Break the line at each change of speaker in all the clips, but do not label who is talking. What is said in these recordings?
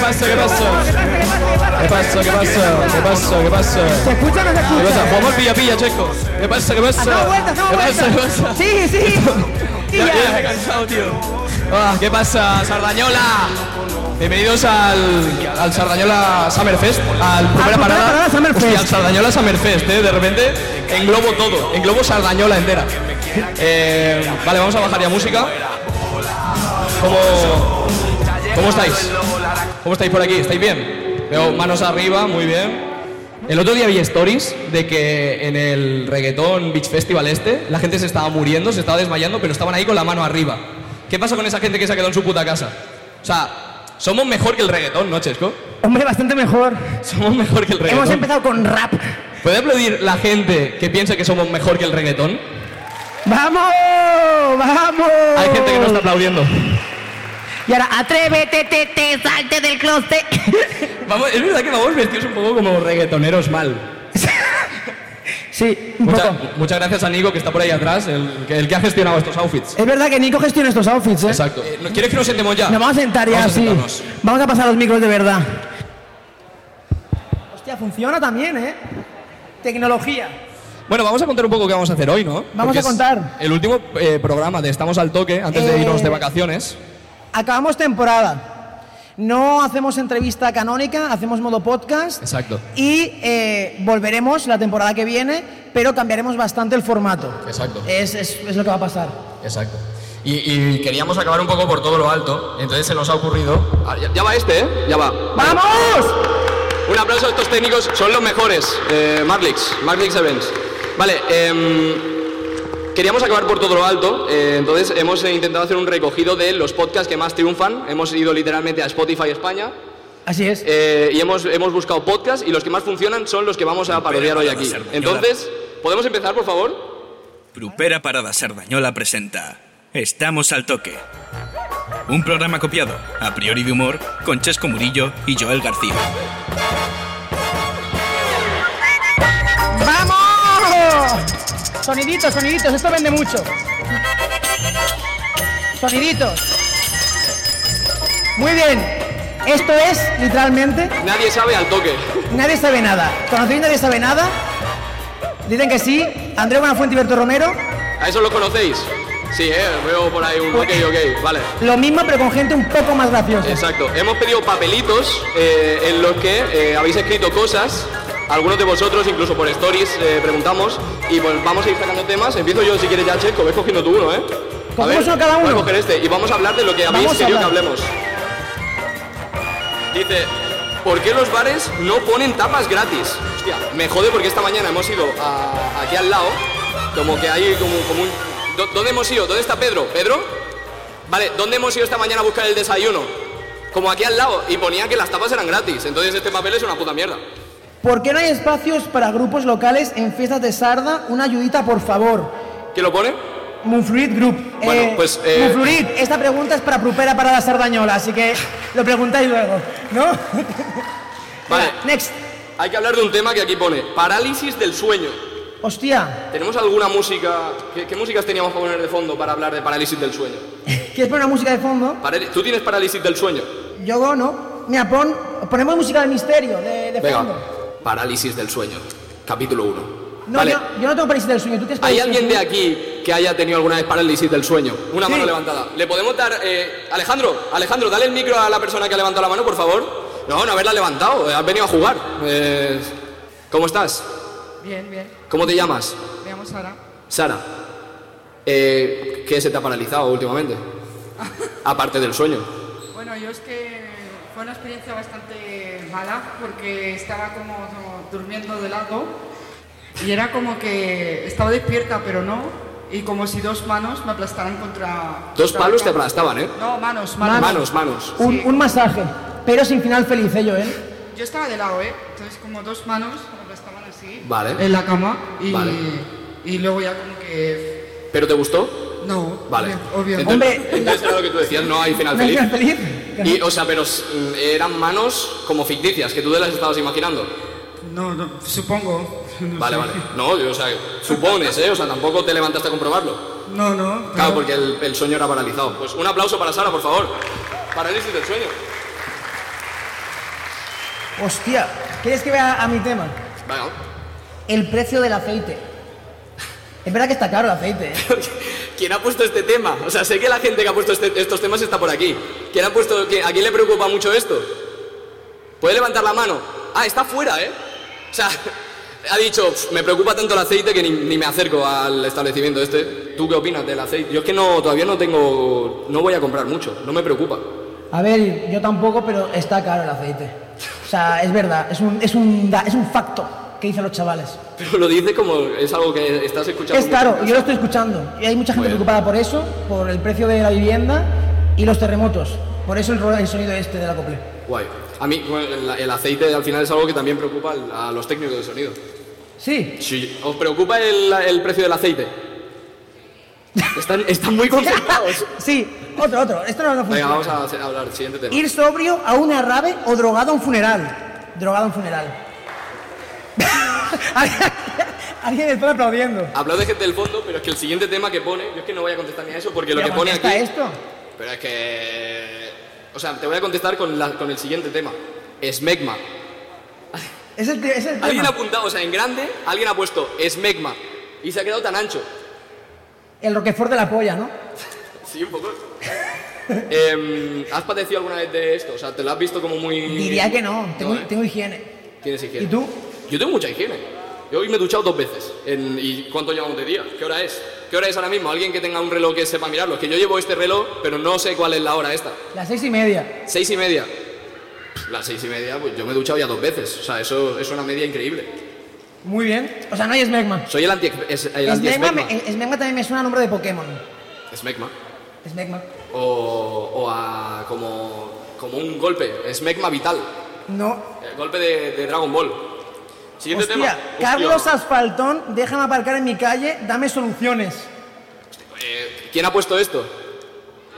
pasa? ¿Qué pasa? ¿Qué pasa? ¿Qué pasa? ¿Qué pasa? ¿Qué pasa?
¿Se escucha o no se
¿Qué pasa?
escucha?
Vamos pilla pilla, checo. ¿Qué pasa? ¿Qué pasa?
Hacemos vueltas, hacemos
¿Qué pasa? ¿Qué
vueltas.
pasa?
Sí, sí. Y
Ya, ya me he
ya.
cansado, tío. Ah, ¿Qué pasa, Sardañola? Bienvenidos al, al Sardañola Summerfest, al primera
primera
parada.
parada Summerfest.
Hostia, al Sardañola Summerfest, ¿eh? de repente englobo todo, englobo Sardañola entera. Eh, vale, vamos a bajar ya música. ¿Cómo, ¿Cómo estáis? ¿Cómo estáis por aquí? ¿Estáis bien? Veo manos arriba, muy bien. El otro día vi stories de que en el reggaetón Beach Festival este la gente se estaba muriendo, se estaba desmayando, pero estaban ahí con la mano arriba. ¿Qué pasa con esa gente que se ha quedado en su puta casa? O sea, somos mejor que el reggaetón, ¿no, Chesco?
Hombre, bastante mejor.
Somos mejor que el reggaetón.
Hemos empezado con rap.
¿Puede aplaudir la gente que piensa que somos mejor que el reggaetón?
¡Vamos! ¡Vamos!
Hay gente que no está aplaudiendo.
Y ahora, atrévete, te, te, salte del closet.
Vamos, es verdad que vamos vestidos un poco como reggaetoneros mal.
sí, un
Mucha-
poco.
muchas gracias a Nico que está por ahí atrás, el, que- el que ha gestionado estos outfits.
Es verdad que Nico gestiona estos outfits, ¿eh?
Exacto. Eh, ¿no- ¿Quieres que nos sentemos ya?
Nos vamos a sentar ya,
Vamos a
sí.
sentarnos.
Vamos a pasar los micros de verdad. Hostia, funciona también, ¿eh? Tecnología.
Bueno, vamos a contar un poco qué vamos a hacer hoy, ¿no?
Vamos a
es
contar.
El último eh, programa de Estamos al Toque, antes
Eh.
de irnos de vacaciones.
Acabamos temporada. No hacemos entrevista canónica, hacemos modo podcast.
Exacto.
Y eh, volveremos la temporada que viene, pero cambiaremos bastante el formato.
Exacto.
Es, es- es lo que va a pasar.
Exacto. Y, y queríamos acabar un poco por todo lo alto, entonces se nos ha ocurrido. Ah, Ya, ya va este, ¿eh? Ya va.
¡Vamos!
Un aplauso a estos técnicos, son los mejores. Eh, Marlix, Marlix Events. Vale, em, queríamos acabar por todo lo alto, eh, entonces hemos eh, intentado hacer un recogido de los podcasts que más triunfan. Hemos ido literalmente a Spotify España
Así es.
eh, y hemos, hemos buscado podcasts y los que más funcionan son los que vamos a parodiar hoy aquí. Entonces, ¿podemos empezar, por favor?
Grupera Parada Sardañola presenta Estamos al Toque. Un programa copiado, a priori de humor, con Chesco Murillo y Joel García.
¡Vamos! Soniditos, soniditos, esto vende mucho. Soniditos. Muy bien. Esto es, literalmente,
Nadie sabe al toque.
nadie sabe nada. ¿Conocéis nadie sabe nada? Dicen que sí. Andreu Buenafuente y Berto Romero.
¿A eso lo conocéis? Sí, eh, veo por ahí un ok, ok, vale.
Lo mismo, pero con gente un poco más graciosa.
Exacto. Hemos pedido papelitos eh, en los que eh, habéis escrito cosas. Algunos de vosotros, incluso por stories, eh, preguntamos. Y pues vamos a ir sacando temas. Empiezo yo, si quieres, ya, Checo. Ves cogiendo tú uno, ¿eh? A ver,
Cogemos uno cada
Voy a
uno.
coger este. Y vamos a hablar de lo que habéis
Vamos a
querido que
hablar.
hablemos. Dice, ¿por qué los bares no ponen tapas gratis? Hostia, me jode porque esta mañana hemos ido a- aquí al lado, como que hay como, como un... ¿Dó- ¿Dónde hemos ido? ¿Dónde está Pedro? ¿Pedro? Vale, ¿dónde hemos ido esta mañana a buscar el desayuno? Como aquí al lado, y ponía que las tapas eran gratis, entonces este papel es una puta mierda.
¿Por qué no hay espacios para grupos locales en fiestas de sarda? Una ayudita, por favor.
¿Quién lo pone?
Moonfruit Group.
Bueno, pues, eh,
Moonfruit, esta pregunta es para Prupera para la sardañola, así que lo preguntáis luego, ¿no?
Vale.
Venga, next.
Hay que hablar de un tema que aquí pone, parálisis del sueño.
Hostia,
¿Tenemos alguna música? ¿Qué, qué músicas teníamos que poner de fondo para hablar de parálisis del sueño?
¿quieres poner una música de fondo?
Parálisis- ¿Tú tienes parálisis del sueño?
Yo no. Mira, pon, ponemos música de misterio, de, de
Venga,
fondo.
parálisis del sueño, capítulo 1.
No,
vale,
yo, yo no tengo parálisis del sueño, ¿tú tienes
¿hay
parálisis
alguien
del
de
sueño?
aquí que haya tenido alguna vez parálisis del sueño? Una
Sí.
mano levantada. ¿Le podemos dar... eh, Alejandro, Alejandro, dale el micro a la persona que ha levantado la mano, por favor. No, no haberla levantado, eh, has venido a jugar. Eh, ¿Cómo estás?
Bien, bien.
¿Cómo te llamas?
Veamos ahora.
Sara. Eh, ¿Qué se te ha paralizado últimamente? Aparte del sueño.
Bueno, yo es que fue una experiencia bastante mala porque estaba como durmiendo de lado y era como que estaba despierta pero no y como si dos manos me aplastaran contra...
Dos
contra la
palos te
cama.
aplastaban, ¿eh?
No, manos, manos.
Manos, manos.
Un,
Sí.
un masaje, pero sin final feliz, ello, ¿eh?
Yo estaba de lado, ¿eh? Entonces como dos manos me aplastaban así
Vale.
en la cama y,
Vale.
y luego ya como que...
¿Pero te gustó?
No,
Vale.
obvio.
Entonces,
Hombre.
entonces era lo que tú decías, no hay final
¿No hay
feliz.
final feliz?
Y, o sea, pero mm, eran manos como ficticias, que tú te las estabas imaginando.
No, no, supongo. No
Vale,
sé.
vale. No, o sea, supones, ¿eh? O sea, tampoco te levantaste a comprobarlo.
No, no.
Claro,
no.
porque el, el sueño era paralizado. Pues un aplauso para Sara, por favor. Parálisis del sueño.
Hostia, ¿quieres que vea a mi tema?
Venga.
El precio del aceite. Es verdad que está caro el aceite, ¿eh?
¿Quién ha puesto este tema? O sea, sé que la gente que ha puesto este- estos temas está por aquí. ¿Quién ha puesto, que, ¿A quién le preocupa mucho esto? ¿Puede levantar la mano? Ah, está fuera, ¿eh? O sea, ha dicho, "Pf, me preocupa tanto el aceite que ni, ni me acerco al establecimiento este. ¿Tú qué opinas del aceite? Yo es que no, todavía no tengo, no voy a comprar mucho, no me preocupa.
A ver, yo tampoco, pero está caro el aceite. O sea, es verdad, es un, es un, da- es un facto que dicen los chavales.
Pero lo dice como es algo que estás escuchando.
Es caro, yo lo estoy escuchando. Y hay mucha gente
bien.
preocupada por eso, por el precio de la vivienda y los terremotos. Por eso el, ro- el sonido este del acople.
Guay. A mí bueno, el, el aceite al final es algo que también preocupa al- a los técnicos de sonido.
Sí,
Sí, ¿Os preocupa el, el precio del aceite? Están, están muy concentrados.
sí, otro, otro. Esto no, no
Venga,
funciona.
vamos a hacer- a hablar, siguiente tema.
Ir sobrio a una rave o drogado a un funeral. Drogado a un funeral. Alguien está aplaudiendo.
Aplaude gente del fondo, pero es que el siguiente tema que pone, yo es que no voy a contestar ni a eso porque lo
Pero
que pone aquí.
contesta esto?
Pero es que. O sea, te voy a contestar con, la- con el siguiente tema. Smegma.
Es el, te- es el
Alguien ha
tema.
apuntado, o sea, en grande, alguien ha puesto Smegma. Y se ha quedado tan ancho.
El Roquefort de la polla, ¿no?
Sí, un poco. Em, ¿Has padecido alguna vez de esto? O sea, ¿te lo has visto como muy.
Diría que no, tengo,
¿eh?
tengo higiene.
Tienes higiene.
¿Y tú?
Yo tengo mucha higiene. Yo hoy me he duchado dos veces. En- ¿Y cuánto llevamos de día? ¿Qué hora es? ¿Qué hora es ahora mismo? Alguien que tenga un reloj que sepa mirarlo. Es que yo llevo este reloj, pero no sé cuál es la hora esta.
Las seis y media.
Seis y media. Pff, Las seis y media, pues yo me he duchado ya dos veces. O sea, eso es una media increíble.
Muy bien. O sea, no hay esmegma.
Soy el anti... Es, el anti
Esmegma,
-esmegma.
me- esmegma también me suena a nombre de Pokémon.
Esmegma.
Esmegma.
O, o a... Como, como un golpe. Esmegma vital.
No.
El golpe de, de Dragon Ball. Siguiente este tema.
Hostia,
Hostia.
Carlos Asfaltón, déjame aparcar en mi calle, dame soluciones.
Eh, ¿Quién ha puesto esto?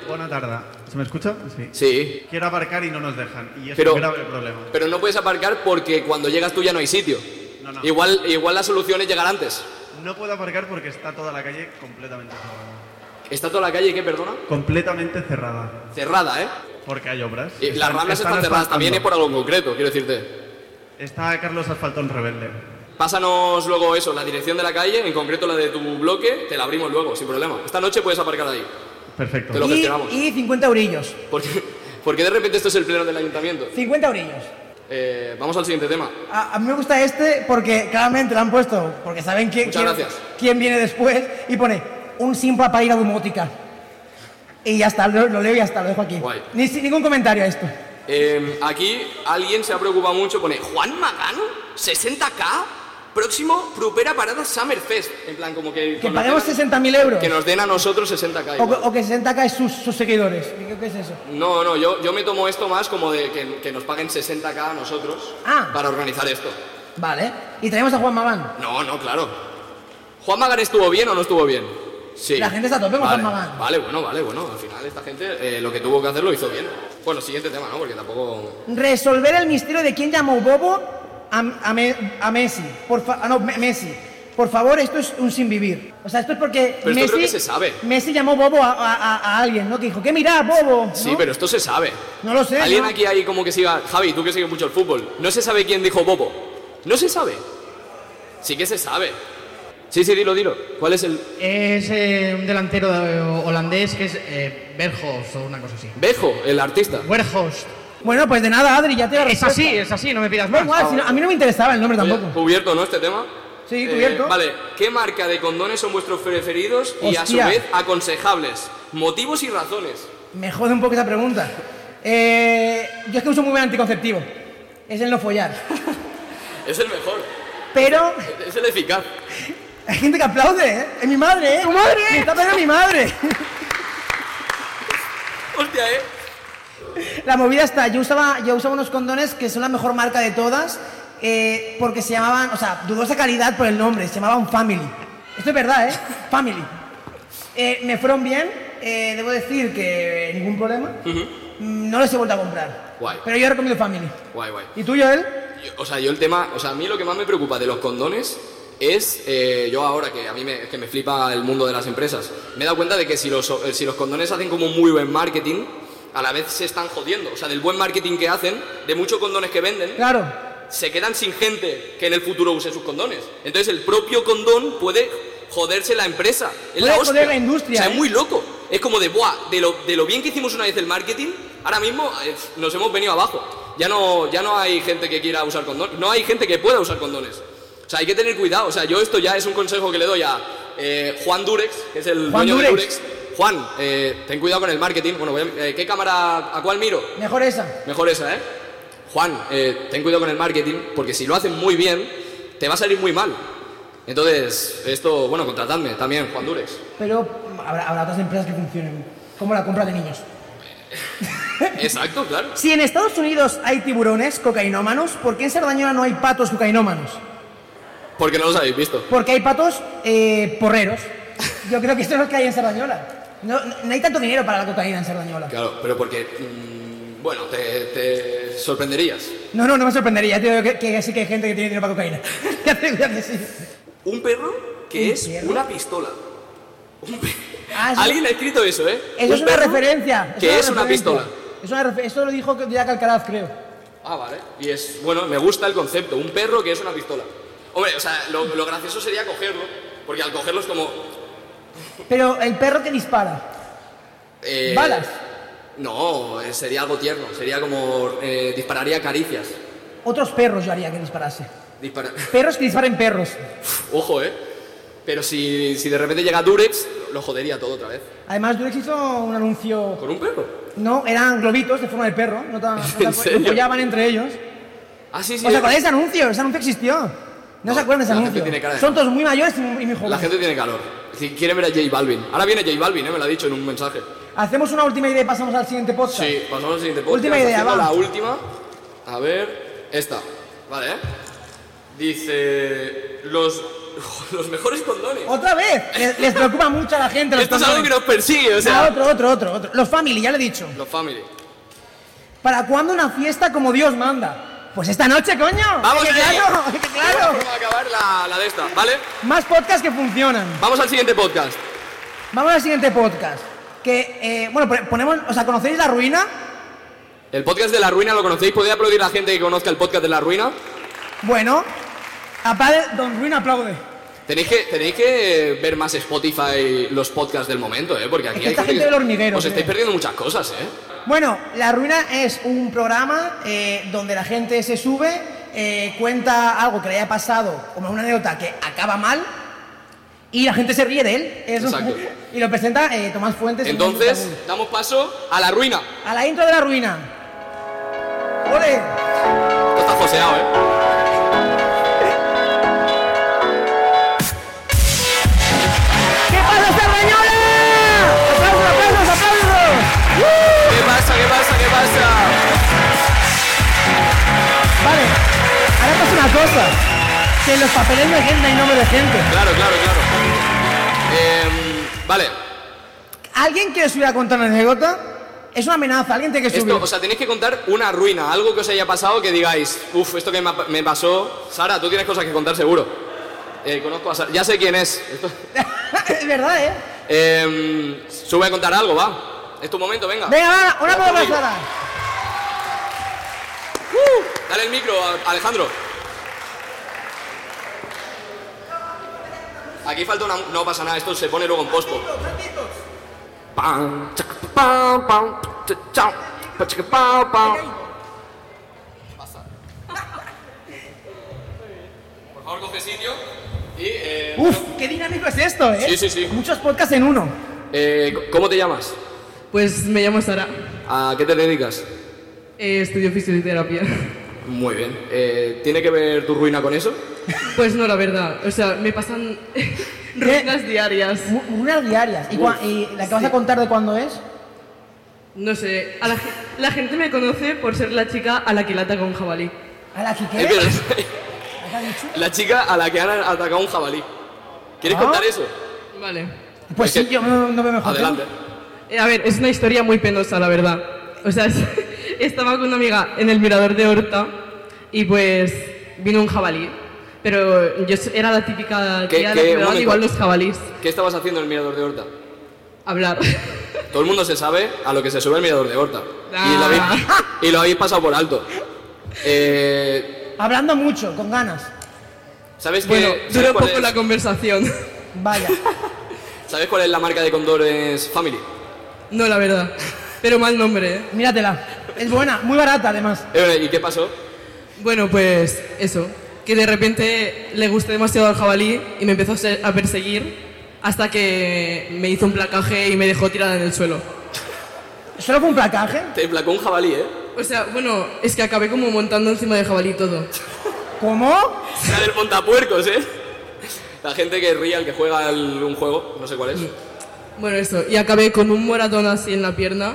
Buena tarda. ¿Se me escucha? Sí.
Sí.
Quiero aparcar y no nos dejan. Y es
Pero-
un grave problema.
Pero no puedes aparcar porque cuando llegas tú ya no hay sitio.
No, no.
Igual, igual la solución es llegar antes.
No puedo aparcar porque está toda la calle completamente cerrada.
Está toda la calle, ¿qué? Perdona.
Completamente cerrada.
Cerrada, ¿eh?
Porque hay obras.
Y las
Eh, Están- eh,
ramas están, cerradas,
asfaltando.
también es por algo en concreto, quiero decirte.
Está Carlos Asfaltón Rebelde.
Pásanos luego eso, la dirección de la calle, en concreto la de tu bloque, te la abrimos luego, sin problema. Esta noche puedes aparcar ahí.
Perfecto.
Te lo-
Y,
gestionamos.
y 50 eurillos.
Porque, porque de repente esto es el pleno del ayuntamiento.
50 eurillos.
Eh, vamos al siguiente tema.
A, a mí me gusta este porque claramente lo han puesto, porque saben quién,
Muchas
quién,
gracias.
quién viene después y pone un simpa para ir a domótica. Y ya está, lo, lo leo y ya está, lo dejo aquí.
Guay.
Ni, si- ningún comentario a esto.
Eh, aquí alguien se ha preocupado mucho, pone Juan Magano, 60k, próximo Prupera Parada Summerfest. En plan, como que.
Que
con la
paguemos
cena-
60.000 euros.
Que nos den a nosotros 60k.
O, que-
igual.
o que 60k es sus, sus seguidores. ¿Qué, qué es eso?
No, no, yo, yo me tomo esto más como de que, que nos paguen 60k a nosotros
Ah.
para organizar esto.
Vale. Y traemos a Juan Magán.
No, no, claro. ¿Juan Magán estuvo bien o no estuvo bien? Sí.
La gente está a tope con
vale,
Juan Magán.
Vale, bueno, vale, bueno. Al final esta gente eh, lo que tuvo que hacer lo hizo bien. Bueno, siguiente tema, ¿no? Porque tampoco...
Resolver el misterio de quién llamó Bobo a, a Me- a Messi. Por fa- ah, no, Me- Messi. Por favor, esto es un sin vivir. O sea, esto es porque
Pero esto
Messi,
creo que se sabe.
Messi llamó Bobo a, a- a- a alguien, ¿no? Que dijo, ¿qué mira, Bobo?
Sí,
¿no?
pero esto se sabe.
No lo sé,
Alguien
¿no?
aquí ahí como que siga... Javi, tú que sigues mucho el fútbol. No se sabe quién dijo Bobo. No se sabe. Sí que se sabe. Sí, sí, dilo, dilo. ¿Cuál es el...?
Es eh, un delantero eh, holandés que es eh, Berghoff o una cosa así.
Bejo, el artista.
Berghoff.
Bueno, pues de nada, Adri, ya te la
Es
respuesta.
así, es así, no me pidas
Da
más.
igual, si no- a mí no me interesaba el nombre
Oye,
tampoco.
Cubierto, ¿no? Este tema.
Sí,
Eh,
cubierto.
vale, ¿qué marca de condones son vuestros preferidos y a su
Hostia.
vez aconsejables? Motivos y razones.
Me jode un poco esa pregunta. Eh, yo es que uso muy buen anticonceptivo. Es el no follar.
Es el mejor,
Pero
es el eficaz.
hay gente que aplaude, ¿eh? Es mi madre, ¿eh? ¡Tu madre! Me está pegando mi madre.
Hostia, ¿eh?
La movida está, yo usaba, yo usaba unos condones que son la mejor marca de todas, eh, porque se llamaban, o sea, dudosa calidad por el nombre, se llamaban Family. Esto es verdad, ¿eh? Family. Eh, me fueron bien, eh, debo decir que ningún problema. Mm, No los he vuelto a comprar.
Guay.
Pero yo recomiendo Family.
Guay, guay.
¿Y tú, Joel?
Yo- o sea, yo el tema, o sea, a mí lo que más me preocupa de los condones es, eh, yo ahora que a mí me, es que me flipa el mundo de las empresas, me he dado cuenta de que si los, eh, si los condones hacen como un muy buen marketing, a la vez se están jodiendo. O sea, del buen marketing que hacen, de muchos condones que venden,
Claro.
se quedan sin gente que en el futuro use sus condones. Entonces el propio condón puede joderse la empresa. Es
Puede
la hostia.
joder la industria,
O sea,
¿eh?
es muy loco. Es como de, buah, de lo, de lo bien que hicimos una vez el marketing, ahora mismo eh, nos hemos venido abajo. Ya no, ya no hay gente que quiera usar condones. No hay gente que pueda usar condones. O sea, hay que tener cuidado. O sea, yo esto ya es un consejo que le doy a eh, Juan Durex, que es el
Juan
dueño de
Durex.
Durex. Juan, eh, ten cuidado con el marketing. Bueno, voy a- eh, ¿qué cámara, a cuál miro?
Mejor esa.
Mejor esa, ¿eh? Juan, eh, ten cuidado con el marketing, porque si lo hacen muy bien, te va a salir muy mal. Entonces, esto, bueno, contratadme también, Juan Durex.
Pero habrá, habrá otras empresas que funcionen. Como la compra de niños.
Exacto, claro.
Si en Estados Unidos hay tiburones cocainómanos, ¿por qué en Sardañola no hay patos cocainómanos?
Porque no los habéis visto.
Porque hay patos eh, porreros. Yo creo que esto es lo que hay en Sardañola. No, no- no hay tanto dinero para la cocaína en Sardañola.
Claro, pero porque, mm, bueno, te, te sorprenderías.
No, no, no me sorprendería. Ya te digo que, que sí que hay gente que tiene dinero para cocaína. ya te digo que sí.
Un perro que
¿Un
es
perro?
una pistola. Un pe-
Ah, eso-
Alguien ha escrito eso, ¿eh?
Eso
Un
es una
perro
referencia.
Que es una
referencia.
pistola.
Es una refe- Esto lo dijo que- Jack Alcaraz, creo.
Ah, vale. Y es, bueno, me gusta el concepto, un perro que es una pistola. Hombre, o sea, lo, lo gracioso sería cogerlo, porque al cogerlo es como...
Pero el perro que dispara.
eh,
¿Balas?
No, eh, sería algo tierno, sería como... eh, dispararía caricias.
Otros perros yo haría que disparase.
Dispara-
Perros que disparen perros.
Ojo, ¿eh? Pero si, si de repente llega Durex, lo jodería todo otra vez.
Además, Durex hizo un anuncio.
¿Con un perro?
No, eran globitos de forma de perro. No tan. No tan-
¿En serio?
se follaban entre ellos.
Ah, sí, sí.
¿Os acordáis de ese anuncio? Ese anuncio existió. No,
No,
se acuerdan de ese
la gente
anuncio.
tiene cara de-
Son todos muy mayores y muy y muy jóvenes.
La gente tiene calor. Si quiere ver a J Balvin. Ahora viene J Balvin, ¿eh? Me lo ha dicho en un mensaje.
Hacemos una última idea y pasamos al siguiente podcast.
Sí, pasamos al siguiente podcast.
Última idea,
Haciendo
va.
La última. A ver, esta. Vale, ¿eh? Dice... Los, los mejores condones.
Otra vez. Les, les preocupa mucho a la gente. los
Esto es algo
condones.
que nos persigue, o
Ah,
sea...
otro, otro, otro, otro. Los family, ya lo he dicho.
Los family.
¿Para cuándo una fiesta como Dios manda? Pues esta noche, coño.
¡Vamos
¡Que
a ello!
claro, que claro.
Vamos a acabar la, la de esta, ¿vale?
Más podcasts que funcionan.
Vamos al siguiente podcast.
Vamos al siguiente podcast. Que, eh, bueno, pone- ponemos, o sea, ¿conocéis la ruina?
El podcast de La Ruina, ¿lo conocéis? ¿Podría aplaudir a la gente que conozca el podcast de La Ruina?
Bueno, aplaude, Don Ruina aplaude.
Tenéis que, tenéis que eh, ver más Spotify los podcasts del momento, ¿eh? Porque aquí
Es que
hay
esta gente
que-
del hormiguero,
Os estáis
tío.
perdiendo muchas cosas, ¿eh?
Bueno, La Ruina es un programa eh, donde la gente se sube, eh, cuenta algo que le haya pasado, como una anécdota que acaba mal, y la gente se ríe de él. Es-
Exacto.
Y lo presenta eh, Tomás Fuentes. y
Entonces,
Jesús Tabú.
damos paso a La Ruina.
A la intro de La Ruina. ¡Ole!
Esto está joseado, ¿eh?
¿Qué pasa, Sardañola? ¡Aplausos, aplausos, aplausos!
¿Qué pasa, qué pasa, qué pasa?
Vale, ahora pasa una cosa. Que en los papeles no hay gente, hay nombre de gente.
Claro, claro, claro. Em, vale.
¿Alguien quiere subir a contar una anécdota? Es una amenaza, alguien tiene que subir.
Esto, o sea, tenéis que contar una ruina, algo que os haya pasado que digáis, uff, esto que me, ha- me pasó. Sara, tú tienes cosas que contar seguro. Eh, conozco a Sara, ya sé quién es. Esto-
es verdad, ¿eh?
Em, sube a contar algo, va. Es tu momento, venga.
Venga, va,
Vas
una por
conmigo.
pasada.
Dale el micro, a- Alejandro. Aquí falta una... No pasa nada, esto se pone luego en pospo. Pam, chaca, pam, pam, cha, chao, pa, chaca, pam, pam. Pasa. Por favor, coge sitio y... eh,
Uf, qué dinámico es esto, ¿eh?
Sí, sí, sí.
Muchos podcasts en uno.
eh, ¿Cómo te llamas?
Pues me llamo Sara,
¿A qué te dedicas?
eh, estudio fisioterapia.
Muy bien. Eh, ¿Tiene que ver tu ruina con eso?
Pues no, la verdad, o sea, me pasan ruinas diarias.
U- Unas diarias. ¿Y, cua- y la que vas a contar de cuándo es?
No sé, a la, ge- la gente me conoce por ser la chica a la que lata con jabalí.
¿A la que
Eh,
qué?
pero-
¿A la que dicho?
La chica a la que han atacado un jabalí. ¿Quieres
Ah.
contar eso?
Vale.
Pues
Es
sí,
que-
yo no, no me mejor.
Adelante.
Eh, a ver, es una historia muy penosa, la verdad. O sea, es- estaba con una amiga en el mirador de Horta y pues vino un jabalí. Pero yo s- era la típica
¿Qué-
tía a la
qué-
que
un
me daban
momento.
igual los jabalís.
¿Qué estabas haciendo en el mirador de Horta?
hablar.
Todo el mundo se sabe a lo que se sube el mirador de Horta. Y, lo habéis,
Ah.
y lo habéis pasado por alto. Eh,
Hablando mucho, con ganas.
¿Sabes que-
Bueno,
sabes
duró
cuál
poco
es-
la conversación.
Vaya.
¿Sabes cuál es la marca de condones Family? Eh,
No, la verdad. Pero mal nombre, ¿eh?
Míratela. Es buena, muy barata además.
Eh, ¿Y qué pasó?
Bueno, pues eso. Que de repente le gusté demasiado al jabalí y me empezó a se- a perseguir hasta que me hizo un placaje y me dejó tirada en el suelo.
¿Solo fue un placaje?
Te placó un jabalí, ¿eh?
O sea, bueno, es que acabé como montando encima del jabalí y todo.
¿Cómo?
La del montapuercos, ¿eh? La gente que ríe al que juega al- un juego, no sé cuál es.
Bueno, eso. Y acabé con un moratón así en la pierna.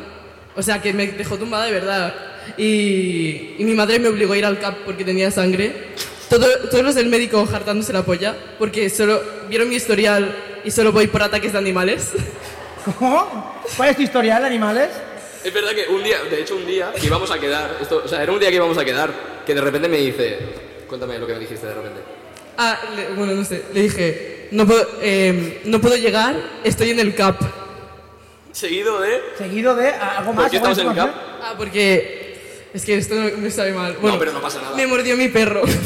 O sea, que me dejó tumbada de verdad. Y, y mi madre me obligó a ir al CAP porque tenía sangre. Todo- todos los del médico jartándose la polla porque solo vieron mi historial y solo voy por ataques de animales.
¿Cómo? ¿Cuál es tu historial, animales?
Es verdad que un día, de hecho un día, que íbamos a quedar, esto, o sea, era un día que íbamos a quedar, que de repente me dice, cuéntame lo que me dijiste de repente.
Ah, le- bueno, no sé. Le dije, no puedo, eh, no puedo llegar, estoy en el CAP.
Seguido de...
Seguido de algo más.
¿Por qué
alguna
estamos en el
información.
camp?
Ah, porque es que esto no- me sabe mal. Bueno,
pero no pasa nada.
Me mordió mi perro.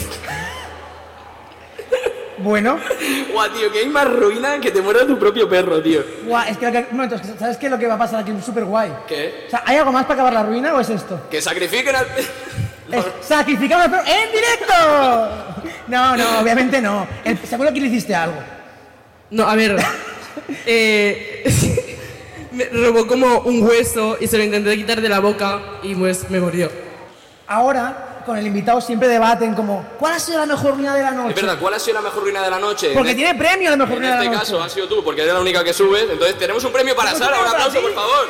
Bueno,
Guau, tío, que hay más ruina que te muera tu propio perro, tío.
guau, es que, lo que- un momento, es que ¿sabes qué es lo que va a pasar aquí? Súper guay.
¿Qué?
O sea, ¿hay algo más para acabar la ruina o es esto?
Que sacrifiquen al...
Es sacrificamos al perro en directo. No, no, obviamente no. El- seguro que le hiciste algo.
No, a ver. eh, me robó como un hueso y se lo intenté quitar de la boca y pues me mordió.
Ahora, con el invitado siempre debaten como, ¿cuál ha sido la mejor ruina de la noche?
Es verdad, ¿cuál ha sido la mejor ruina de la noche?
Porque
En e-
tiene premio la mejor
En
ruina de la
este
noche. Pues
caso ha sido tú, porque eres la única que subes. Entonces tenemos un premio para
Tenemos un
Sara. Un
premio
aplauso, por
para
favor.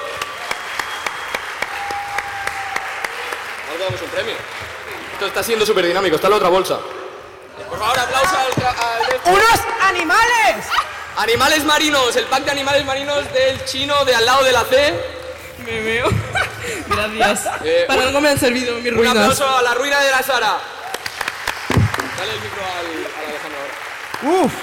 Ahora damos un premio. Esto está siendo súper dinámico. Está en la otra bolsa. Por favor, aplauso al... al- de-
¡Unos animales!
Animales marinos. El pack de animales marinos del chino de al lado de la C.
Me veo. Gracias.
Eh,
Para
un-
algo me han servido mis
Un
ruinas.
aplauso a la ruina de la Sara. Dale el micro al, al Alejandro ahora.
Uf,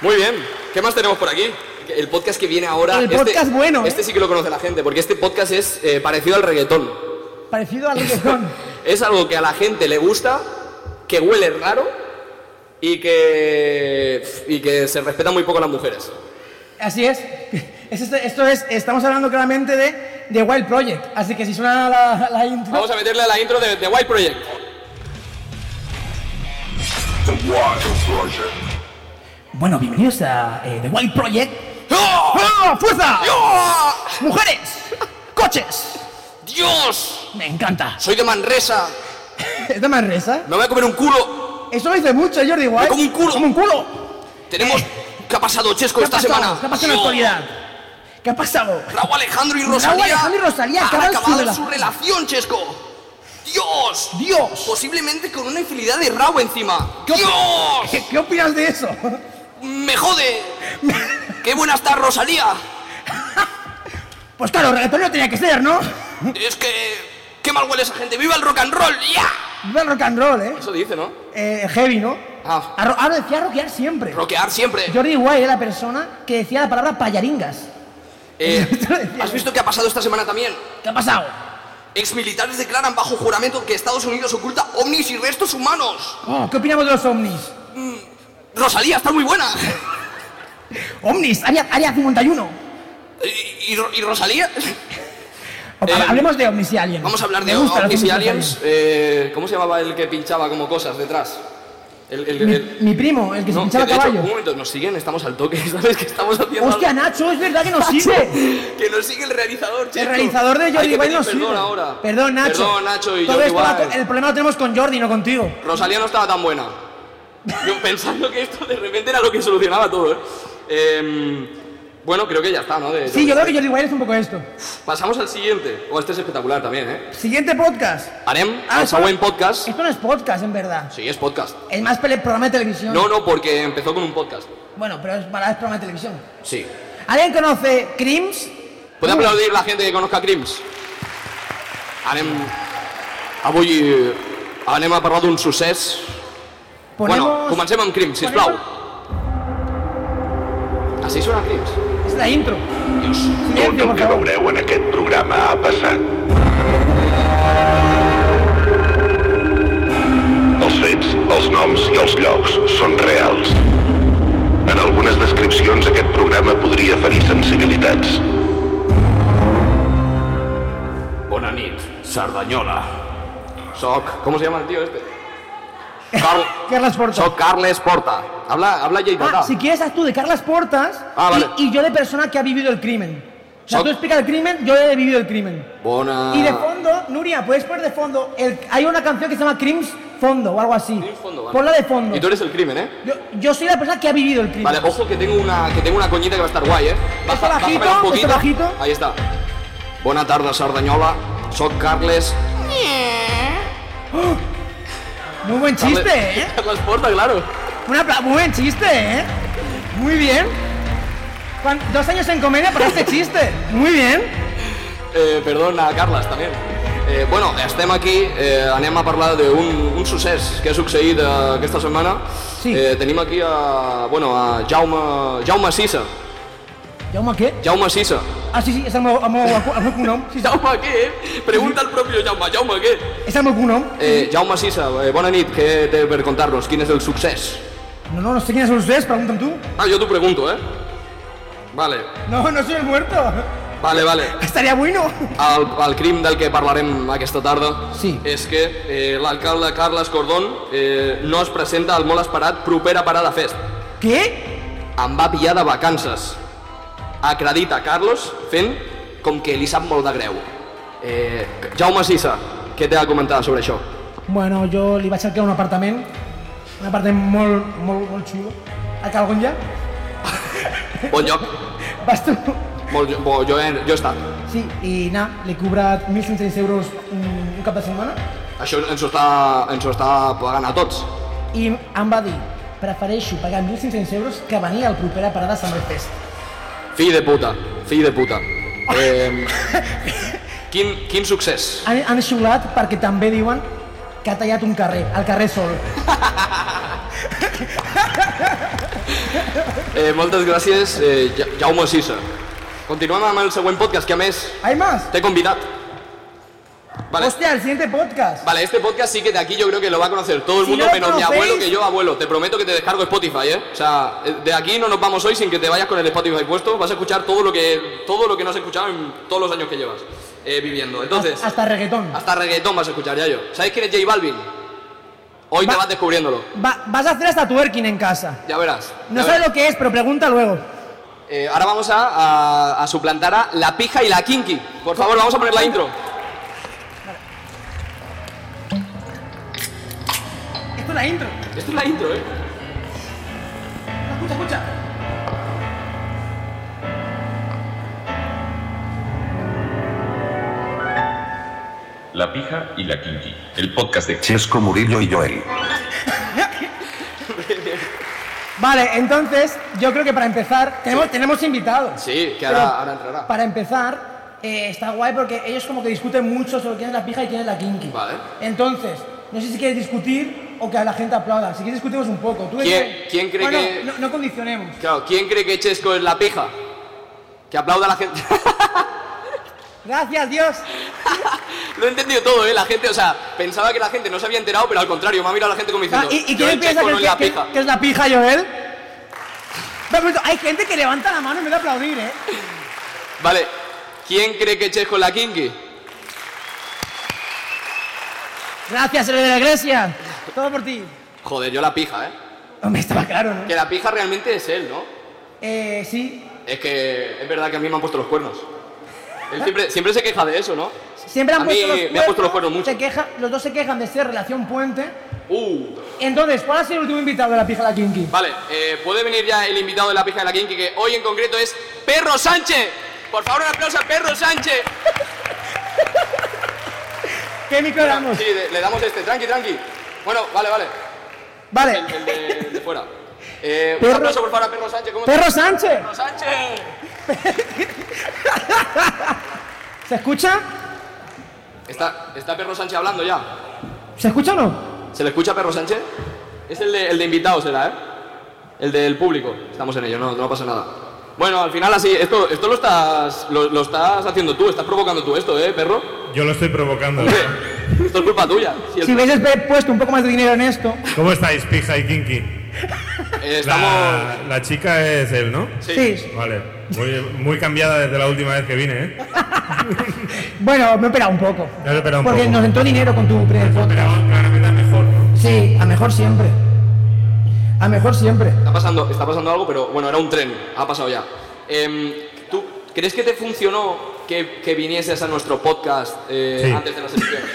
Muy bien. ¿Qué más tenemos por aquí? El podcast que viene ahora.
El podcast bueno, ¿eh?
Este sí que lo conoce la gente, porque este podcast es eh, parecido al reggaetón.
parecido al reggaetón.
Es algo que a la gente le gusta, que huele raro y que, y que se respeta muy poco a las mujeres.
Así es. Es esto, esto es, estamos hablando claramente de, de Wild Project. Así que si suena la, la intro.
Vamos a meterle a la intro de, de White Project.
Bueno, bienvenidos a eh, The Wild Project.
¡Oh!
¡Ah, ¡Fuerza! ¡Mujeres! ¡Coches!
¡Dios!
Me encanta.
Soy de Manresa.
¿Es de Manresa?
Me voy a comer un culo.
Eso lo dice mucho Jordi Wild.
como un culo.
¡Como un culo!
Tenemos... ¿Qué ha pasado, Chesco,
Eh. ¿Qué ha
esta
pasado?
semana?
¿Qué ha pasado en la
¡Dios!
actualidad? ¿Qué ha pasado?
Raúl Alejandro y Rosalía.
Alejandro y Rosalía
han
acaban su
acabado
relación.
su relación, Chesco. ¡Dios!
¡Dios!
Posiblemente con una infinidad de rabo encima.
¿Qué op-
¡Dios!
¿Qué, qué opinas de eso?
¡Me jode! ¡Qué buena está Rosalía!
Pues claro, reggaetonero tenía que ser, ¿no?
Es que. ¡Qué mal huele esa gente! ¡Viva el rock and roll! ¡Ya!
Viva el rock and roll, ¿eh?
Eso dice, ¿no?
Eh, heavy, ¿no?
Ah.
Arro- Ahora decía rockear siempre.
Rockear siempre.
Jordi Wild era la persona que decía la palabra payaringas.
Eh,
Esto lo decía
¿Has visto qué ha pasado esta semana también?
¿Qué ha pasado?
Exmilitares declaran bajo juramento que Estados Unidos oculta ovnis y restos humanos.
Oh, ¿Qué opinamos de los ovnis?
Rosalía está muy buena.
¡Ovnis! Área, área 51.
¿Y, y Ro- y Rosalía?
O-
Eh,
hablemos de ovnis y aliens.
Vamos a hablar
Me
de
gustan los
ovnis y
los
aliens. Eh, ¿Cómo se llamaba el que pinchaba como cosas detrás? El, el-
Mi,
el-
mi primo, el que se
No,
pinchaba
que de hecho,
caballo.
un momento, nos siguen, estamos al toque, ¿sabes? Que estamos haciendo
Hostia,
algo.
Nacho, es verdad que nos sigue.
Que nos sigue el realizador,
El
chico.
realizador de
Hay
Jordi
que
Wild
pedir
nos
perdón
sigue.
ahora.
Perdón, Nacho.
Perdón, Nacho y
Todo
Jordi
esto va
Wild.
con- El problema lo tenemos con Jordi, no contigo.
Rosalía no estaba tan buena. Yo pensando que esto de repente era lo que solucionaba todo, ¿eh? Em, bueno, creo que ya está, ¿no? De-
Sí, yo creo que Jordi Wild es un poco esto.
Pasamos al siguiente. O este es espectacular también, ¿eh?
Siguiente podcast.
Harem,
Ah,
al
esto no-
Sawen Podcast.
Esto no es podcast, en verdad.
Sí, es podcast.
Es más pele- programa de televisión.
No, no, porque empezó con un podcast.
Bueno, pero es para es programa de televisión.
Sí.
¿Alguien conoce Crims?
¿Puede
Uh.
aplaudir la gente que conozca a Crims? Anem... Avui eh, anem a parlar d'un succés. Bueno, comencem amb Crims, sisplau.
Ponemos-
Així sona Crims.
Es la intro.
minuts.
Silencio,
Tot el
por
que
favor.
veureu en aquest programa ha passat. Els fets, els noms i els llocs són reals. En algunes descripcions aquest programa podria ferir sensibilitats.
Bona nit, Cerdanyola. Soc... ¿Cómo se llama el tío este? Carl...
Carles Porta.
Soc Carles Porta. Habla, habla lleidatà.
Ah, si quieres, haz tú de Carlas Portas
Ah, vale.
y, y yo de persona que ha vivido el crimen. O sea,
Son-
tú explicas el crimen, yo he vivido el crimen.
Bona...
Y de fondo, Nuria, puedes poner de fondo. el- hay una canción que se llama Crims Fondo o algo así.
Crims fondo, vale.
Ponla de fondo.
Y tú eres el crimen, ¿eh?
Yo, yo soy la persona que ha vivido el crimen.
Vale, ojo que tengo una, que tengo una coñita que va a estar guay, eh.
Esto bajito,
bájamela un poquito.
esto bajito.
Ahí está. Bona tarda, Cerdanyola. Soc Carles...
Muy buen chiste, ¿eh?
Carles Porta, claro.
Un apla- muy buen chiste, ¿eh? Muy bien. Cuan- Dos años en comedia para este chiste. Muy bien.
Eh, perdón a Carles, també. Eh, bueno, estem aquí, eh, anem a parlar d'un un succés que ha succeït eh, aquesta setmana.
Sí.
Eh, tenim aquí a, bueno, a Jaume, Jaume Sisa.
¿Jaume qué?
Jaume Sisa.
Ah, sí, sí, es el meu, el meu, el meu cognom. Sí, sí,
Jaume què? Pregunta al propi Jaume, Jaume què?
és el meu cognom.
Eh, Jaume Sisa, eh, bona nit, què té per contar-nos? Quin és el succés?
No, no, no sé quién es ustedes, preguntan tú.
Ah, jo t'ho pregunto, eh? Vale,
No, no soy el muerto.
vale, vale.
Estaría bueno.
El, el crim del que parlarem aquesta tarda
Sí.
és que eh, l'alcalde Carles Cordón eh, no es presenta al molt esperat propera parada fest.
¿Qué?
Em va pillar de vacances. Acredita Carlos fent com que li sap molt de greu. Eh, Jaume Sisa, què té a comentar sobre això?
Bueno, jo li vaig cercar un apartament, un apartament molt, molt, molt xulo, a Calgonya.
Bon lloc,
Vas tu?
molt, jo- bo, jo, he, jo he estat.
Sí, i na, li he cobrat 1.500 euros un, un cap de setmana
Això ens ho, està, ens ho està pagant a tots.
i em va dir prefereixo pagar 1.500 euros que venir al proper parada Summerfest.
Fill de puta, fill de puta. Eh, quin, quin succés?
Han, han xiulat perquè també diuen que ha tallat un carrer, el carrer Sol.
Eh, moltes gràcies, eh, Ja- Jaume Sisa. Continuem amb el següent podcast, que a més
Hay más?
t'he convidat. Vale.
Hostia, el siguiente podcast.
Vale, este podcast sí que de aquí yo creo que lo va a conocer todo el
Si
mundo,
no lo
menos mi
conocéis-
abuelo, que yo abuelo. Te prometo que te descargo Spotify, ¿eh? O sea, eh, de aquí no nos vamos hoy sin que te vayas con el Spotify puesto. Vas a escuchar todo lo que todo lo que no has escuchado en todos los años que llevas eh, viviendo. Entonces,
Hasta, hasta reggaetón.
hasta reggaetón vas a escuchar ya yo. ¿Sabes quién es J Balvin? Hoy te
Va-
vas descubriéndolo.
Va- vas a hacer hasta twerking en casa.
Ya verás.
No
Ya
sabes
verás.
lo que es, pero pregunta luego.
Eh, ahora vamos a, a- a suplantar a la pija y la kinky. Por favor, vamos a poner la intro.
Esto es la intro.
Esta es la intro, ¿eh?
Escucha, escucha.
La pija y la kinky. El podcast de
Chesco Murillo y Joel.
Vale, entonces yo creo que para empezar tenemos, tenemos invitados.
Sí, que
Pero
ahora, ahora entrará.
Para empezar eh, está guay porque ellos como que discuten mucho sobre quién es la pija y quién es la kinky.
Vale.
Entonces no sé si quieres discutir o que a la gente aplauda. Si quieres discutimos un poco. ¿Tú
¿Quién-
qué-
quién cree
Bueno,
que-
no, no condicionemos.
Claro, ¿quién cree que Chesco es la pija? Que aplauda a la gente.
Gracias Dios.
Lo he entendido todo, ¿eh? La gente, o sea, pensaba que la gente no se había enterado, pero al contrario, me ha mirado la gente como
Ah,
diciendo.
¿Y, y
"Joel
quién piensa
Chesco
que,
no es la
que-
pija?
que es la pija Joel? Va, pero Hay gente que levanta la mano en vez de aplaudir, ¿eh?
Vale, ¿quién cree que Chesco es la kinky?
Gracias, Eloy de la Iglesia. Todo por ti.
Joder, yo la pija, ¿eh?
Hombre, estaba claro, ¿no?
Que la pija realmente es él, ¿no?
Eh, sí.
Es que es verdad que a mí me han puesto los cuernos. Él siempre, siempre se queja de eso, ¿no?
Siempre han
a
puesto
mí
los
me han puesto los cuernos mucho.
Se queja, los dos se quejan de ser relación puente.
Uh,
Entonces, ¿cuál ha sido el último invitado de la pija de la Kinky?
Vale, eh, puede venir ya el invitado de la pija de la Kinky, que hoy en concreto es Perro Sánchez. Por favor, un aplauso a Perro Sánchez.
¿Qué micro damos?
Sí, le, le damos este, tranqui, tranqui. Bueno, vale, vale.
Vale.
El, el de, el de fuera. Eh, un
Perro-
aplauso, por favor, a Perro Sánchez. ¿Cómo
Perro Sánchez.
Perro Sánchez.
¿Se escucha?
Está, está Perro Sánchez hablando ya.
¿Se escucha o no?
¿Se le escucha a Perro Sánchez? Es el de, el de invitados, será, ¿eh? El del público. Estamos en ello, no, no pasa nada. Bueno, al final así, esto, esto lo estás. Lo, lo estás haciendo tú, estás provocando tú esto, eh, perro.
Yo lo estoy provocando.
Hombre, esto es culpa tuya. Si el-
Si hubieses pe- puesto un poco más de dinero en esto.
¿Cómo estáis, pija y kinky?
eh, estamos.
La, la chica es él, ¿no?
Sí.
Vale. Muy, muy cambiada desde la última vez que vine, ¿eh?
Bueno, me he operado un poco.
Te has operado un
Porque
poco.
nos entró dinero con tu primer foto.
Pero claramente es mejor, ¿no?
Sí, a mejor siempre. A mejor siempre.
Está pasando, está pasando algo, pero bueno, era un tren, ha pasado ya. Em, ¿Tú crees que te funcionó que, que vinieses a nuestro podcast eh,
Sí.
antes de las elecciones?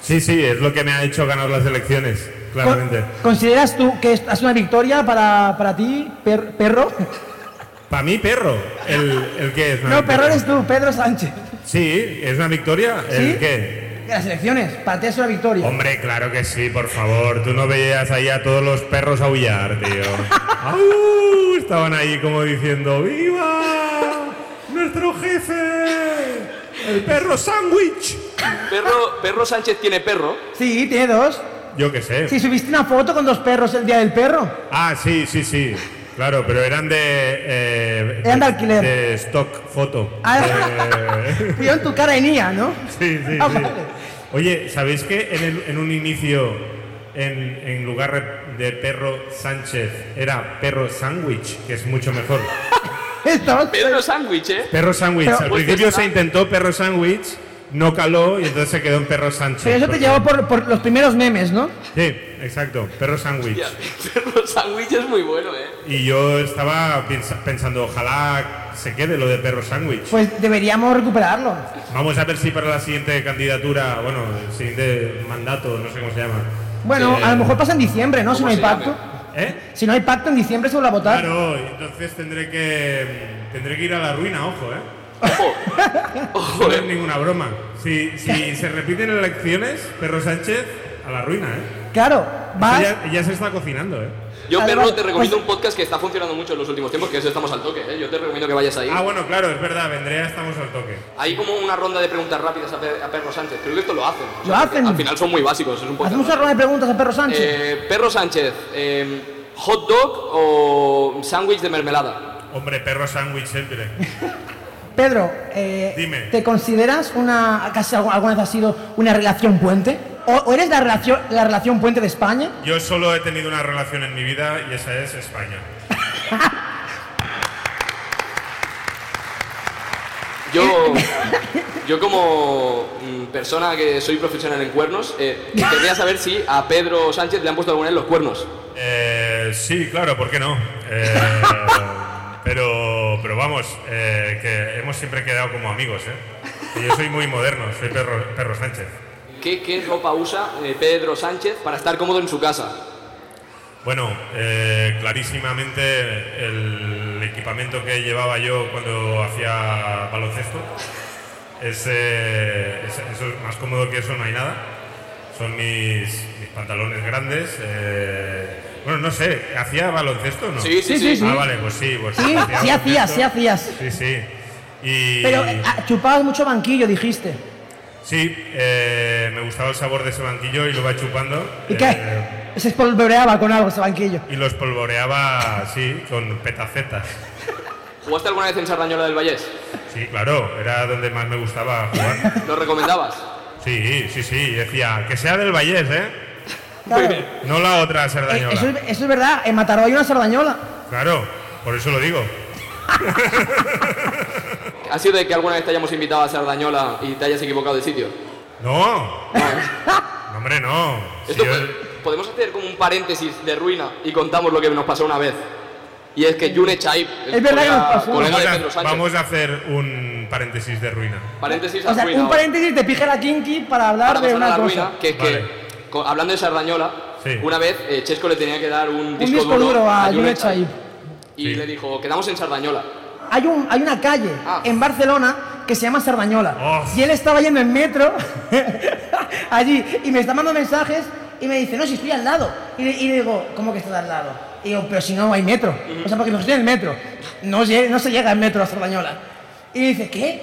Sí, sí, es lo que me ha hecho ganar las elecciones, claramente.
Con- ¿Consideras tú que es- es una victoria para, para ti, per- perro?
Para mí, perro. ¿El, el qué es? una
No,
victoria.
perro eres tú, Pedro Sánchez.
Sí, es una victoria. ¿El
¿Eh?
¿Sí?
qué?
De las elecciones, para ti es una victoria.
Hombre, claro que sí, por favor. Tú no veías ahí a todos los perros aullar, tío. ¡Au! Estaban ahí como diciendo ¡Viva! ¡Nuestro jefe! ¡El perro sándwich!
Perro, perro Sánchez tiene perro.
Sí, tiene dos.
Yo qué sé.
Si subiste una foto con dos perros el día del perro.
Ah, sí, sí, sí. Claro, pero eran de. eh,
Eran de alquiler.
De stock foto.
Ah.
Eh,
Vieron tu cara en IA, ¿no?
sí, sí,
Ah,
sí.
vale.
Oye, ¿sabéis que en, el- en un inicio, en, en lugar de perro Sánchez, era perro sándwich, que es mucho mejor?
Estabas-
Perro sándwich, ¿eh?
Perro sándwich.
pues, Pero-
Al principio se intentó perro sándwich, no caló y entonces se quedó en perro Sánchez.
Pero eso te
porque-
llevó por, por los primeros memes, ¿no?
Sí, exacto, perro sándwich.
Hostia, Perro sándwich es muy bueno, ¿eh?
Y yo estaba piensa- pensando, ojalá se quede lo de perro sándwich.
Pues deberíamos recuperarlo.
Vamos a ver si para la siguiente candidatura, bueno, el siguiente mandato, no sé cómo se llama.
Bueno,
Eh,
a lo mejor pasa en diciembre, ¿no? Si no
¿cómo
hay
se
pacto.
¿Eh?
Si no hay pacto, en diciembre se vuelve a votar.
Claro, entonces tendré que tendré que ir a la ruina, ojo, ¿eh?
Ojo. Ojo,
No es
¿eh?
ninguna broma. Si, si se repiten elecciones, Perro Sánchez a la ruina, ¿eh?
Claro,
Eso
vas.
Ya, ya se está cocinando, ¿eh?
Yo,
Además,
perro, te recomiendo
pues-
un podcast que está funcionando mucho en los últimos tiempos, que es Estamos al Toque, ¿eh? Yo te recomiendo que vayas ahí.
Ah, bueno, claro, es verdad, vendré a Estamos al Toque.
Hay como una ronda de preguntas rápidas a, Pe- a Perro Sánchez. Creo que esto lo hacen.
Lo hacen.
Al final son muy básicos, es un podcast.
Hacemos una ronda de preguntas a Perro Sánchez.
Eh, perro Sánchez, eh, hot dog o sándwich de mermelada.
Hombre, Perro Sándwich siempre.
Pedro, eh,
dime.
¿te consideras una. casi algu- alguna vez has sido una relación puente? ¿O, o eres la relación, la relación puente de España?
Yo solo he tenido una relación en mi vida y esa es España.
Yo, yo como mm, persona que soy profesional en cuernos, eh, querría saber si a Pedro Sánchez le han puesto alguna vez los cuernos.
Eh, sí, claro, ¿por qué no? Eh, pero, pero vamos, eh, que hemos siempre quedado como amigos, ¿eh? Y yo soy muy moderno, soy Perro, perro Sánchez.
¿Qué, qué ropa usa eh, Pedro Sánchez para estar cómodo en su casa?
Bueno, eh, clarísimamente el equipamiento que llevaba yo cuando hacía baloncesto. Es, eh, es- eso es más cómodo que eso, no hay nada. Son mis, mis pantalones grandes. eh, bueno, no sé, ¿hacía baloncesto o no?
Sí, sí, sí.
Ah, vale, pues sí. Pues
Sí, sí hacías,
baloncesto.
sí hacías.
Sí, sí. Y,
Pero eh, ah, chupabas mucho banquillo, dijiste.
Sí, eh, me gustaba el sabor de ese banquillo y lo iba chupando.
¿Y
eh,
qué? Se espolvoreaba con algo ese banquillo.
y los polvoreaba, sí, con petacetas.
¿Jugaste alguna vez en Sardañola del Vallés?
Sí, claro, era donde más me gustaba jugar.
¿Lo recomendabas?
Sí, sí, sí, decía, que sea del Vallés, ¿eh?
Claro.
No la otra
Eh,
Sardañola.
eso, es, eso es verdad, en Mataró hay una sardañola.
Claro, por eso lo digo.
¿Ha sido de que alguna vez te hayamos invitado a Sardañola y te hayas equivocado de sitio?
No, no, hombre, no. Si
Esto
yo-
po- podemos hacer como un paréntesis de ruina y contamos lo que nos pasó una vez. Y es que Yune Chaib, el
Es verdad que nos
colega-
pasó.
colega
vamos,
de
a,
Pedro Sánchez.
vamos a hacer un paréntesis de ruina.
Paréntesis a
O sea,
ruina
un
ahora.
paréntesis de pijera kinky para hablar
Para
de
pasar a
una
la
cosa.
ruina, que es que,
Vale.
co- hablando de Sardañola,
Sí.
una vez eh, Chesco le tenía que dar un
Un
disco,
disco duro a
Yune
Junet Chaib.
Y
Sí.
le dijo, quedamos en Sardañola.
Hay, un, hay una calle
Ah.
en Barcelona que se llama Sardañola.
Oh.
Y él estaba yendo en metro allí y me está mandando mensajes y me dice, no, si estoy al lado. Y le, y le digo, ¿cómo que estás al lado? Y digo, pero si no hay metro. O sea, porque me estoy en el metro. No, lle- no se llega en metro a Sardañola. Y me dice, ¿qué?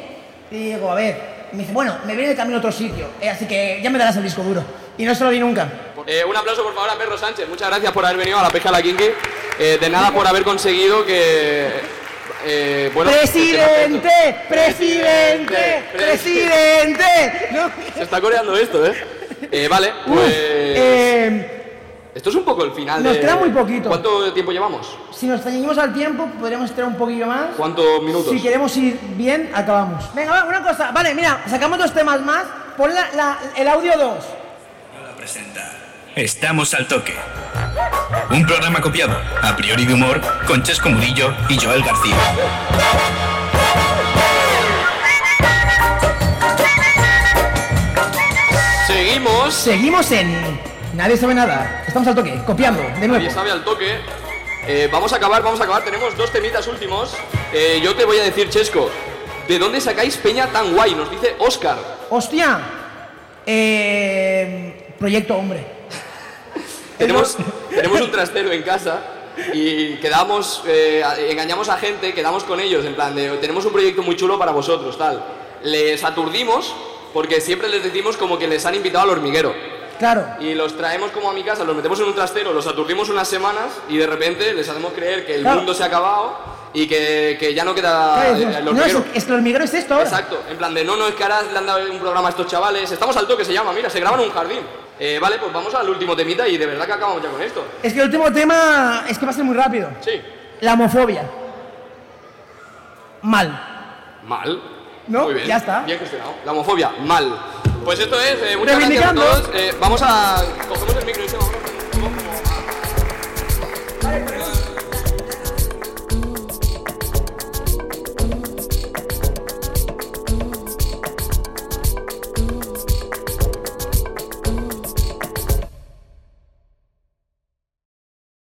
Y digo, a ver. Y me dice, bueno, me viene de camino a otro sitio. eh, así que ya me darás el disco duro. Y no se lo di nunca.
Eh, un aplauso por favor a Perro Sánchez, muchas gracias por haber venido a la pesca de la Kinky. Eh, de nada por haber conseguido que eh, bueno, pues se está-
¡Presidente! ¡Presidente! ¡Presidente! No,
Se está coreando esto, ¿eh? Eh, vale,
Uf,
pues...
eh,
esto es un poco el final
nos
de-
queda muy poquito.
¿Cuánto tiempo llevamos?
si nos ceñimos al tiempo, podríamos esperar un poquillo más.
¿Cuántos minutos?
Si queremos ir bien, acabamos. Venga, va, una cosa. Vale, mira, sacamos dos temas más. Pon la- la- el audio 2.
Estamos al toque. Un programa copiado, a priori de humor, con Chesco Murillo y Joel García.
Seguimos.
Seguimos en. Nadie sabe nada. Estamos al toque, copiando, de nuevo.
Nadie sabe al toque. Eh, vamos a acabar, vamos a acabar. Tenemos dos temitas últimos. Eh, yo te voy a decir, Chesco, ¿de dónde sacáis peña tan guay? Nos dice Oscar.
¡Hostia! Eh, proyecto Hombre.
Tenemos, tenemos un trastero en casa y quedamos, eh, a- engañamos a gente, quedamos con ellos, en plan de, tenemos un proyecto muy chulo para vosotros, tal. Les aturdimos porque siempre les decimos como que les han invitado al hormiguero.
Claro.
Y los traemos como a mi casa, los metemos en un trastero, los aturdimos unas semanas y de repente les hacemos creer que el
Claro.
mundo se ha acabado y que, que ya no queda
Claro,
eh,
decimos,
el
no, es,
hormiguero.
es que el hormiguero es esto ahora.
Exacto, en plan de no, no, es que ahora le han dado un programa a estos chavales. Estamos al toque, se llama, mira, se graban un jardín. Eh, vale, pues vamos al último temita y de verdad que acabamos ya con esto.
Es que el último tema es que va a ser muy rápido.
Sí.
La homofobia. Mal.
Mal.
¿No?
Muy bien.
Ya está.
Bien gestionado. La homofobia, mal. Pues esto es, eh, muchas gracias a
Reivindicando.
todos. Eh, vamos a. Cogemos el micro y